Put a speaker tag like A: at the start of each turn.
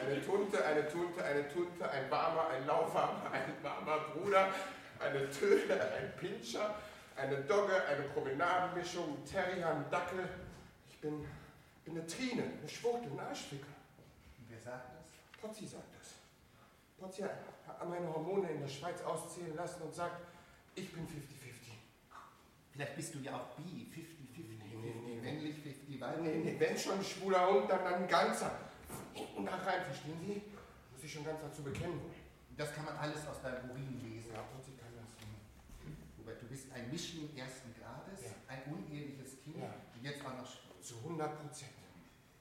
A: eine Tunte, eine Tunte, eine Tunte, ein warmer, ein lauwarmer, ein warmer Bruder, eine Töne, ein Pinscher, eine Dogge, eine Promenadenmischung, ein Terrier, ein Dackel. Ich bin, bin eine Trine, eine Schwurte, ein Arschficker.
B: Wer sagt das?
A: Potzi sagt das. Potzi hat meine Hormone in der Schweiz auszählen lassen und sagt, ich bin 50-50.
B: Vielleicht bist du ja auch bi, 50-50.
A: Nee, nee, nee.
B: Männlich, 50
A: Ah, Nee,
B: weiblich.
A: nee, wenn schon ein schwuler Hund, dann dann ein ganzer. Hinten nach rein, verstehen Sie? Muss ich schon ganz dazu bekennen.
B: Das kann man alles aus deinem Urin lesen.
A: Ja, Potzi kann das.
B: Robert, du bist ein Mischling ersten Grades,
A: Ja.
B: ein uneheliches Kind
A: Ja.
B: und jetzt auch noch schwul.
A: Zu 100 Prozent.